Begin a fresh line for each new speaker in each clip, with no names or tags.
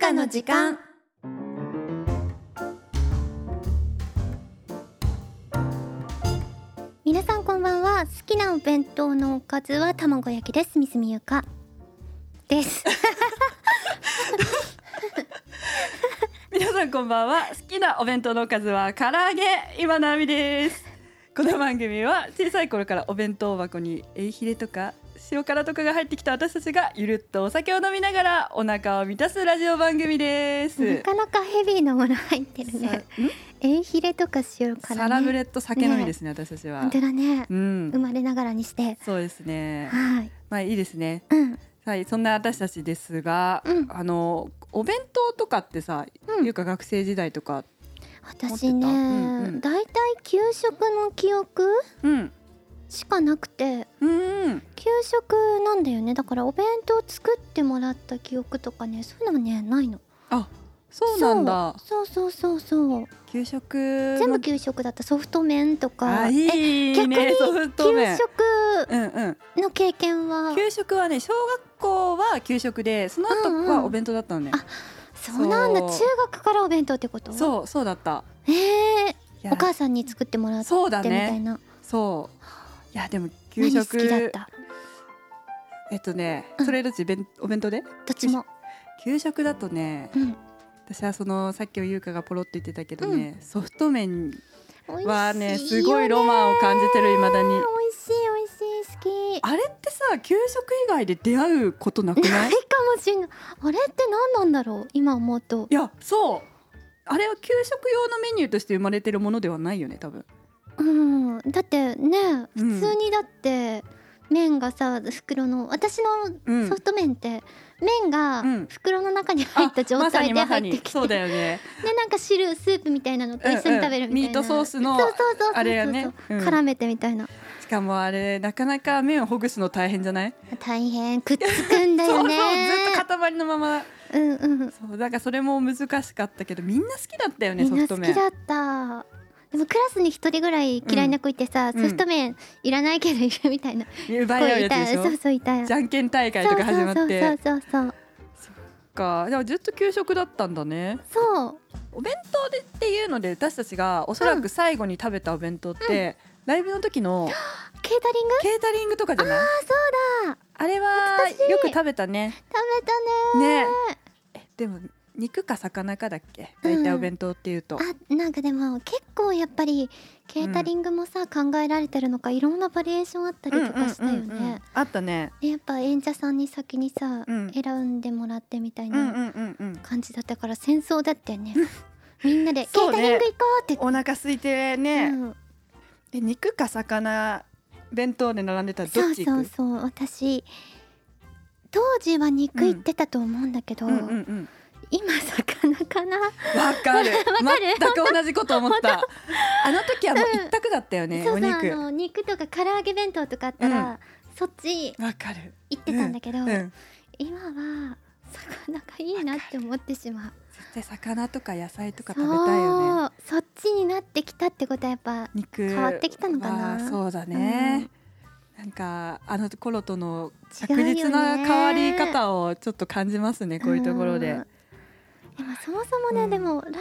たの時間
皆さんこんばんは好きなお弁当のおかずは卵焼きですみすみゆかです
皆さんこんばんは好きなお弁当のおかずは唐揚げ今のあみですこの番組は小さい頃からお弁当箱にエイヒレとか塩辛とかが入ってきた私たちがゆるっとお酒を飲みながらお腹を満たすラジオ番組です
なかなかヘビーなもの入ってる
さ
ね
ん
エイヒレとか塩辛ね
サラブレッド酒飲みですね私たちは
本当だね、
うん
生まれながらにして
そうですね
はい
まあいいですね
うん
はいそんな私たちですが、
うん
あのお弁当とかってさ、
うん
いうか学生時代とか
私
持ってたうんう
ね
ん
だいたい給食の記憶
うん
しかなくて
うん
給食なんだよねだからお弁当作ってもらった記憶とかねそういうのがねないの
あそうなんだ
そうそうそうそう
給食の
全部給食だったソフト麺とか
あい
え
い
逆
ね
に
ソフト
給
麺
食
うんうん
の経験は
給食はね小学校は給食でその
うん
後
うん
はお弁当だったのね、
そうなんだ
そう
中学からお弁当ってことう
そうそうだった
えー、
いや
お母さんに作ってもらって
そうだ
みたい
ね
な、
そういやでも給
何
食
好きだった
えっとね
うん
それどっち弁お弁当で
どっちも
給食だとね
うん
私はそのさっき優香がポロって言ってたけどね、ソフト麺
美味しいよね
はねすごいロマンを感じてるいまだに
美味しい美味しい好き
あれってさ給食以外で出会うことなく
な
ないい
かもしんないあれって何なんだろう今思うと
いやそうあれは給食用のメニューとして生まれてるものではないよね多分
うんだってね
う
普
ん
通にだって麺がさ袋の私
う
の
ん
ソフト麺って麺が
うん
袋の中に入った状態で
まさ
入
に
って
まさに
き
そう
て
だよね
でなんか汁スープみたいなのと一緒に食べるみたいな、
うんうんミートソースの
そうそうそうそう
あれやねうん
絡めてみたいな
しかもあれなかなか麺をほぐすの大変じゃない
大変くっつくんだよね
そう そうずっと塊のまま
うんうん
そうだからそれも難しかったけどみんな好きだったよね
み
ソ
ん
フ
な
ト
好
麺
きだったでもクラスに一人ぐらい嫌いな子いてさ、
うん
ソフト麺いらないけどいるみたいな
奪
子
い合う
い
やつ
た
でしょ
そうそういた
じゃんけん大会
そ
と
う
か始まって
そうそうそうそう
かでもずっと給食だったんだね
そう
お弁当でっていうので私たちがおそらく最後に食べたお弁当って、ライブの時の
ケータリング
ケータリングとかじゃないあ
そうだ
れは
懐かしい
よく食べたね
食べた
ねえでも肉か魚かだっけ大体お弁当っていうと、
ねあなんかでも結構やっぱりケータリングもさ、考えられてるのかいろんなバリエーションあったりとかしたよね、
うんうんうんうんあったね
でやっぱ演者さんに先にさ、
うん
選んでもらってみたい
うんう
なん
うんうん
感じだったから戦争だったよね、みんなで、ケ
そ
ー
うね
タリング行こうって言って
お腹空いてね、で肉か魚弁当で並んでた
うん
らど
そ
っ
う
ち行
そ
く
うそう私当時は肉行ってたと思うんだけど、
うんうんうん
今魚かな
わかる
わかる
全く同じこと思 ったあの時はもう一択だったよね、
そう
お
そうあ
肉
の肉とか唐揚げ弁当とかあったら、
う
そっち
わかる
行ってたんだけど、
うん
今は魚がいいなって思ってしまう
絶対魚とか野菜とか
そ
食べたいよね
うそっちになってきたってことはやっぱ
肉
変わってきたのかな
はそうだね、なんかあの頃との確
違うよね
実な変わり方をちょっと感じますねこういうところで、
うんでもそもそもね、
うん
でもライブ直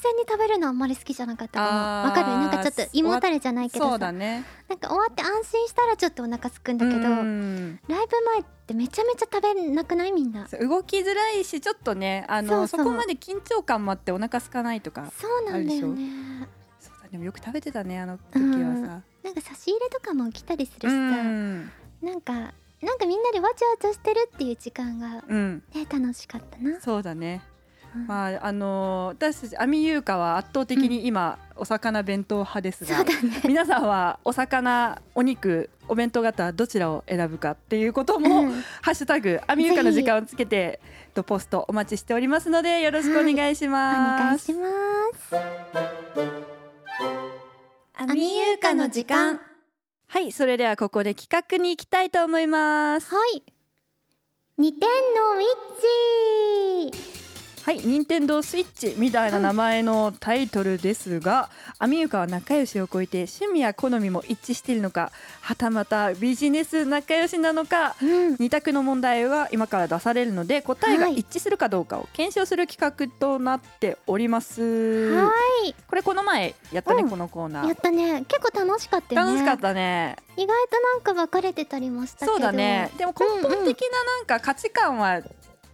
前に食べるのはあんまり好きじゃなかったかも
あー
わかるなんかちょっと胃もたれじゃないけど
そ
さ、
うだね
なんか終わって安心したらちょっとお腹すくんだけど、
うん
ライブ前ってめちゃめちゃ食べなくないみんな
そう動きづらいしちょっとねあのそ
そうそう
こまで緊張感もあってお腹空かないとか
そうなんだよ
あるで
ね
そうだねでもよく食べてたねあの時はさ、
なんか差し入れとかも来たりするし
う
さ、
ん
なんかなんかみんなでわちゃわちゃしてるっていう時間が
うん、
ね楽しかったな、
そうだね
うん
まああの私たちアミユーカは圧倒的に今、お魚弁当派です
そ
が
うだね
皆さんはお魚お肉お弁当型どちらを選ぶかっていうことも、
うん
ハッシュタグアミユカの時間をつけてとポストお待ちしておりますのでよろしくお願いし
お
ます、
願いします
ア
ミユーカの時間
はいそれではここで企画に行きたいと思います
はい二点のウィッチ
はい、任天堂スイッチみたいな名前のタイトルですが、アミユカは仲良しを超えて趣味や好みも一致しているのか、はたまたビジネス仲良しなのか、
うん、
二択の問題は今から出されるので、答え
は
が
い
一致するかどうかを検証する企画となっております。
は
これこの前やった
う
ね、
ん
このコーナ
やっ
ー。
たね結構楽しかったよね
楽しかったね。
意外となんか分かれてたりもしたけど
そうだね。でも根
うんう
本
ん
的ななんか価値観は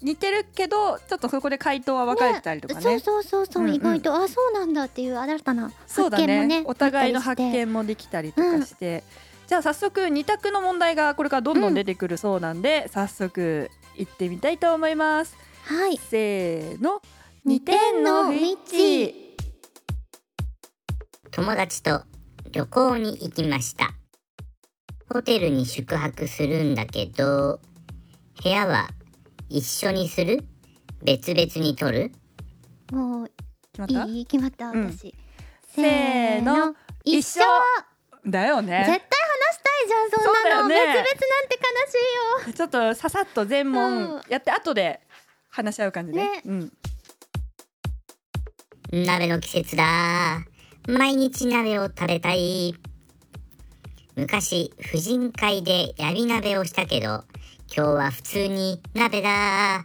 似てるけど、ちょっとそこで回答は分かれてたりとか
そ
ね
う。そうそうそう、
うんうん
意外とあそうなんだっていう新たな発
そうだ
見も
ね
ね
お互いの
あった
発
りして
見もできたりとかして、じゃあ早速二択の問題がこれからどんどん出てくるそうなんで、早速行ってみたいと思います
はい
せーの
二点の
フ
フ
ィ
ィ
ッ
ッ
チ
チ
友達と旅行に行きましたホテルに宿泊するんだけど部屋は一緒にする別々に取る
もう
決まった
いい決まった
うん
私、
せーの
一
一
緒
緒だよ
絶対話し
ね
たいじゃんそんなの、
そうだ
別
よ
々
ね
なんて悲し
ちょっとささっと全
う
問
ん
やって後で話し合う感じね
ね
うん、
鍋の季節だ毎日鍋を食べたい昔婦人会で闇鍋をしたけど今日は普通に鍋だ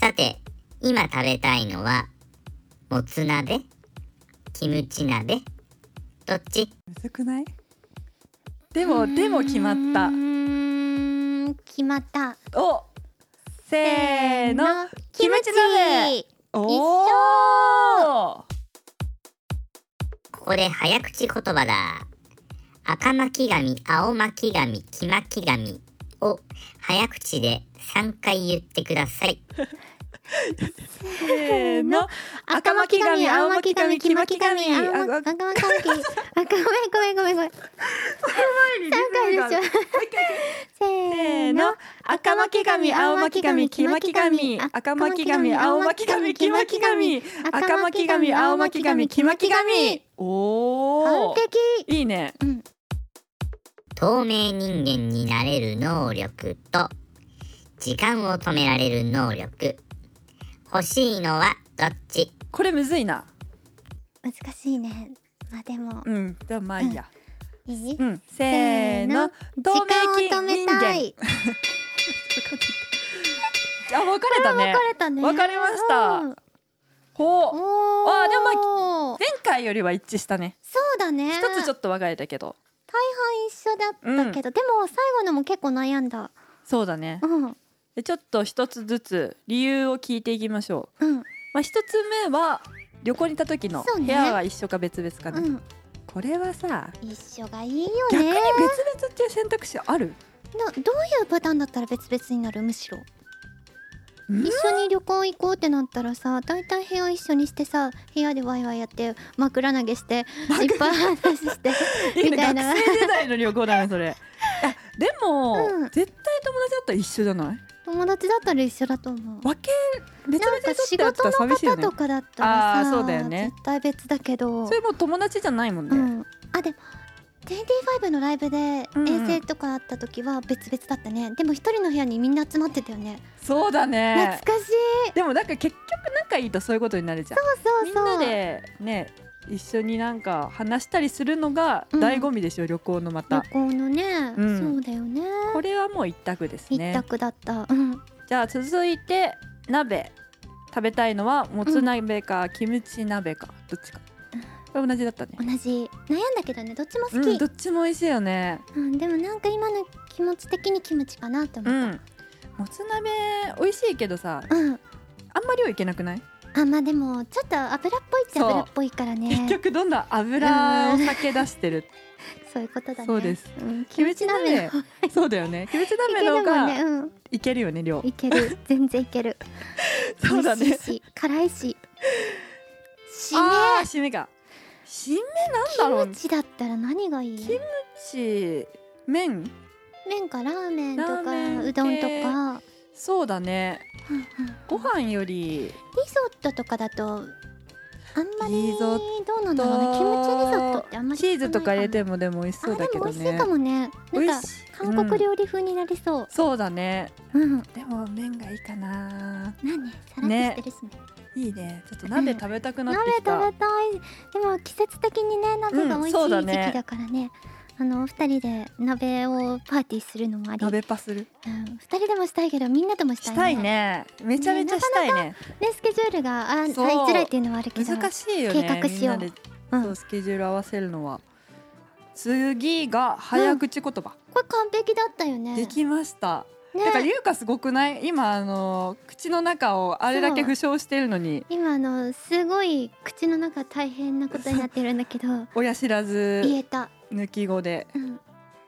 さて今食べたいのはもつ鍋キムチ鍋どっち
むずくないで
いよ
もでも決ま
う
っ
ーん決まった
たおせーのキムチ鍋おー
ここで早口言葉だ。赤巻紙、青巻紙、黄巻紙を早口で3回言ってください。
せーの赤巻紙青巻紙黄巻紙
赤巻
あ
紙赤巻紙赤ごめんごめんごめんごめん
リズムが
三回でしょせー
せー
の
の赤巻紙青巻紙黄巻紙赤巻紙青巻紙黄巻紙赤巻紙青巻紙黄巻紙お
完
お
璧
いいね
うん
透明人間になれる能力と、時間を止められる能力。欲しいのはどっち
これむずいな
難しいねまあでも
うんじゃあまあいいや
いい
うんせーの
時間を止めた
人
い
間あ分かれたね
分かれたね
分かれました
うん
ほう
おー
前あでも回よりは一致したね
そうだね
一つちょっと分かれたけど
大半一緒だったけど、でも最後のも結構悩んだ
そうだね
うんうん
でちょっと一つずつ理由を聞いていきましょうまあ、一つ目は旅行に行った時の
そう
部
ね
屋は一緒か別々かね、
うん
これはさ
一緒がいいよ
逆に
ね
別々っていう選択肢ある、
などういうパターンだったら別々になるむしろ
ん
一緒に旅行行こうってなったらさ大体部屋一緒にしてさ部屋でワイワイやって枕投げしていっぱい話して
いいね
みたいな
学生時代の旅行だ ねそれあでも、
うん
絶対友達だったら一緒じゃない
友達だったら一緒だと思う
分け別
な
々
んか
に
仕
取ってやっ
事
たら
の
寂しいよ
方
ね
とかだったら
あ
さ
ーそうだよね
絶対別だけど
それもう友達じゃないもん
う
ね、
ん、あでも25のライブで遠
うんうん
征とかあった時は別々だったね、でも一人の部屋にみんな集まってたよね、
そうだね
懐かしい
でもなんか結局仲いいとそういうことになるじゃん
そう
みん
そう
なでね一緒になんか話したりするのが醍醐味でしょ、旅行のまた、
旅行のね、
うん
そうだよね
これはもう一択です
一
ね
択だった、うん、
じゃあ続いて鍋食べたいのはもつ鍋か、キムチ鍋かどっちかこれ同じだったね
同、じ悩んだけどねどっちも好き、う
うん、
ん
どっちも美味しいよね
でもなんか今の気持ち的にキムチかなって
う
思
んもつ鍋美味しいけどさ
う、うん
あんまりはいけなくない、
あまあでもちょっと油っぽいっちゃ
そう
油っぽいから
結
ね
局どんどん油を避け出して る
そういうことだね
そうです、
うん、
キムチ鍋
キム
そうだよねキムチ
チ
鍋
鍋
の
い
方
け
が
るもんね、
いけるよね量
うん、いける全然いける
そうだ
美
ね
味しいし辛いし締
あ
め
あ締めか締め
キ
なんだろう
ムチだったら何がいい
キムチ麺
麺かラーメンと
ラーメン
か
系
うどんとか
そうだね
うんうん
ご飯より
リゾットとかだとあんま
リ
り
ゾ
ど
ット
うなんだろうねキムチリゾットってあんまり
チーズとか入れて
も
もでも美味しそうだけど
あでも美味しい
ね
かもねなん
美
か
味しい
韓国
うん
料理風になりそう、
そうだね
うん、
でも麺がいいかな
なんねさらっとしてるしね
いいねちょっと鍋食べたくなっ
鍋
て
食
き
べ
た
たいでも季節的にね鍋が美味しい
うんそうだ
時
ね
期だからね,、あのお二人で鍋をパーティーするのもあり、うん、
鍋パする
二人でもしたいけどみんなともした
し
いね
たいねめちゃめちゃしたいね
ねスケジュールがあ合い
そう
づらいっていうのはあるけど
難しいよね
計画しよう
みんなで
うん
そうスケジュール合わせるのは次が早口言葉、
これ完璧だったよね
できました、
ね
だから優香すごくない今あの口の中をあれだけ負傷してるのに
今あのすごい口の中大変なことになってるんだけど
親知ら
言
ず
えた、
抜き語で
うん、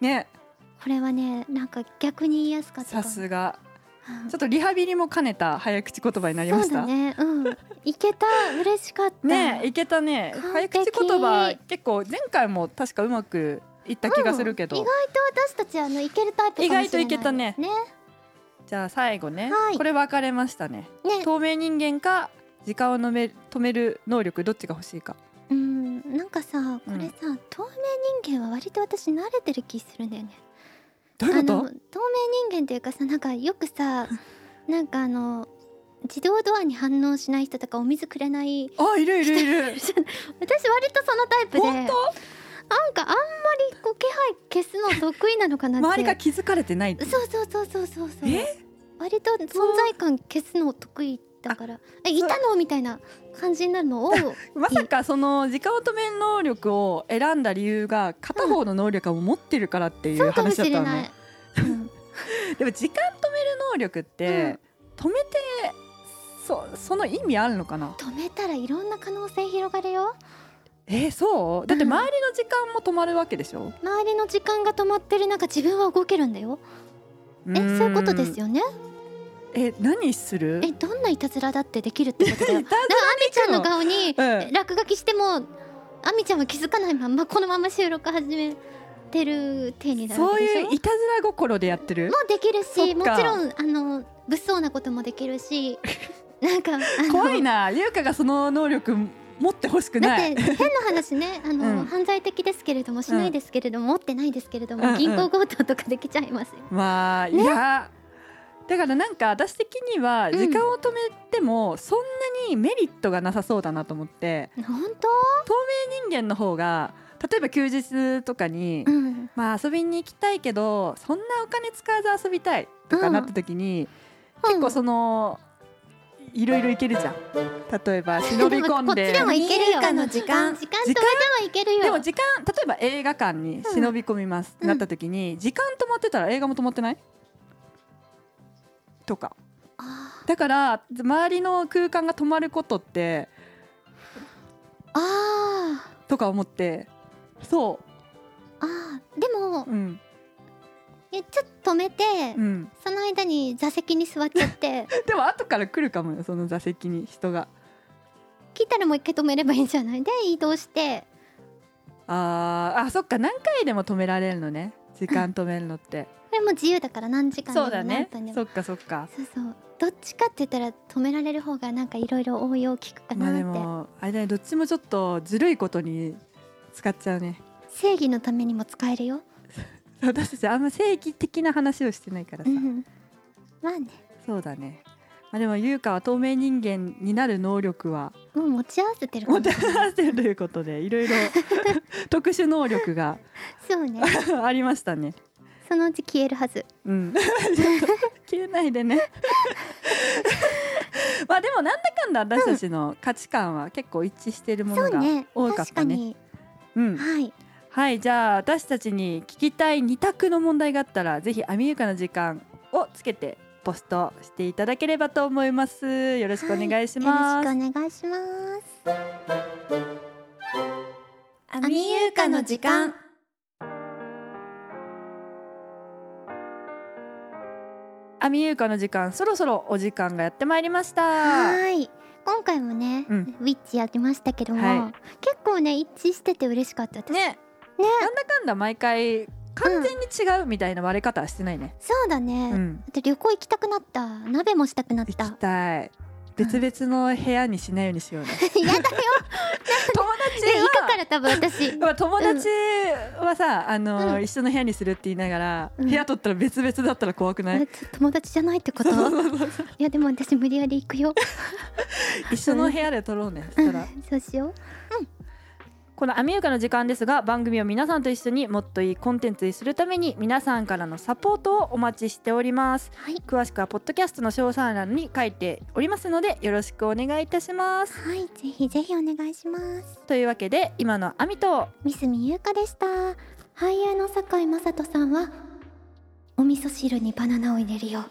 ね
これはねなんか逆に言いやすかったかも
さすが
うん
ちょっとリハビリも兼ねた早口言葉になりました
そうだねうんいけた嬉しかった
ねえいけたね
完
早
璧
口言葉結構前回も確かうまくいった気がするけど、
うん意外と私たちあのいけるタイプかもしれない
意外といけたね
ね
じゃあ最後ね、
はい
これ分かれましたね
ね
透明人間か時間を止め止める能力どっちが欲しいか
うんなんかさこれさ、透明人間は割と私慣れてる気するんだよね
どういうこ
あの
と
透明人間というかさなんかよく さなんかあの自動ドアに反応しない人とかお水くれない
あいるいるいる
私割とそのタイプで
本
なんかあんまりこう気配消すの得意なのかな
当
って
周りが気づかれてないって
そうそうそうそうそうそう
え
割と存在感消すの得意だからえいたのみたいな感じになるのを
まさかその時間を止める能力を選んだ理由が片方の能力を持ってるからってい
そううかも
話
し
だっ
れ
たの
な
ね
い、うん
でも時間止める能力って、止めてそその意味あるのかな
止めたらいろんな可能性広がるよ
えーそうだって
うん
周りの時間も止まるわけでしょ、
周りの時間が止まってる中自分は動けるんだよえそういうことです
よ
よね
え何する
えどんないたずらだってできるってことだよ
い
だ
た
か
ず
ら
ら
アミちゃんの顔に
うん
落書きしてもアミちゃんは気づかないまんまこのまま収録始めてる手になるわ
そう
けでしょ
いういたずら心でやってる
もできるし
そ
も
っか
ちろんあの物騒なこともできるしなんかあの
怖いな優香がその能力持ってほしく
だっ
ない
て変な話ねあの、
うん
犯罪的ですけれどもしないですけれども、持ってないですけれども、
うんうん
銀行強盗とかできちゃいますよ
まあ、
ね
いやだからなんか私的には
うん
時間を止めてもそんなにメリットがなさそうだなと思って、
本
人間の方が例えば休日とかに、
当うん
まあ遊びに行きたいけどそんなお金使わず遊びたいとかなった時に、結構そのいろいろいけるじゃん例えば忍び込んで
でもこっちでもいけるよ
民家の時間
時間止めてはいけるよ
でも時間例えば映画館に忍び込みます、
うん
なった時に時間止まってたら映画も止まってないとか
あ
だから周りの空間が止まることって
ーあ
とか思ってそ
ーあーでも
ううん
いやちょっと止めて、
うん
その間に座席に座っちゃって
でも後から来るかもよその座席に人が
来たらもう一回止めればいいんじゃないで移動して
あーあそっか何回でも止められるのね時間止めるのって
これも自由だから何時間で
そう
も
だ
何
ね
分でも
そっかそっか
そうそうどっちかって言ったら止められる方がなんかいろいろ応用効くかな
まあ
って、
でもあれだねどっちもちょっとずるいことに使っちゃうね
正義のためにも使えるよ、
私たちあんま正義的な話をしてないから
う
さ、
ん、まあね
そうだね。まあ、でも優香は透明人間になる能力は
もう持ち合わせてるか
持
も
て合わせるということでいろい ろ特殊能力が
そうね
ありましたね。
そのうち消えるは ず
うん、ちょっと消えないで ね。まあでもなんだかんだ私たちの価値観は結構一致しているも
そ
の
う
が
ね
多かっ
確
た
か
ね。
に
うん、
はい
はいじゃあ私たちに聞きたい二択の問題があったらぜひアミユカの時間をつけてポストしていただければと思います。よろしくお願いします。
よろしくお願いします
ア
ミユーカの時間
アミユーカの時間そろそろお時間がやってまいりましたは
はい今回もね、
うん
ウィッチやりましたけども、
は
結構ね一致してて嬉しかった
い
私、
ねなんだかんだ毎回完全に違うみたいな割れ方はしてないね、
そうだ
う
ね、
ん
あと旅行行きたくなった鍋もしたくなっ
行き
た
たい別々の部屋にしないようにしようね
やだよ
友
いや
達
行く
は
から多分私
まあ友達はさあの、
うん
一緒の部屋にするって言いながら、
うん
部屋取ったら別々だったら怖くない、
友達じゃないってこといやでも私無理やり行くよ
一緒の部屋で取ろうねそしたら
そうしよ
この「アミューカの時間ですが番組を皆さんと一緒にもっといいコンテンツにするために皆さんからのサポートをお待ちしております
うはい
詳しくはポッドキャストの詳細欄に書いておりますのでよろしくお願いいたします
はいぜひぜひお願いします
というわけで今のアミと
ミスミユウカでした俳優の坂井雅人さんはお味噌汁にバナナを入れるよ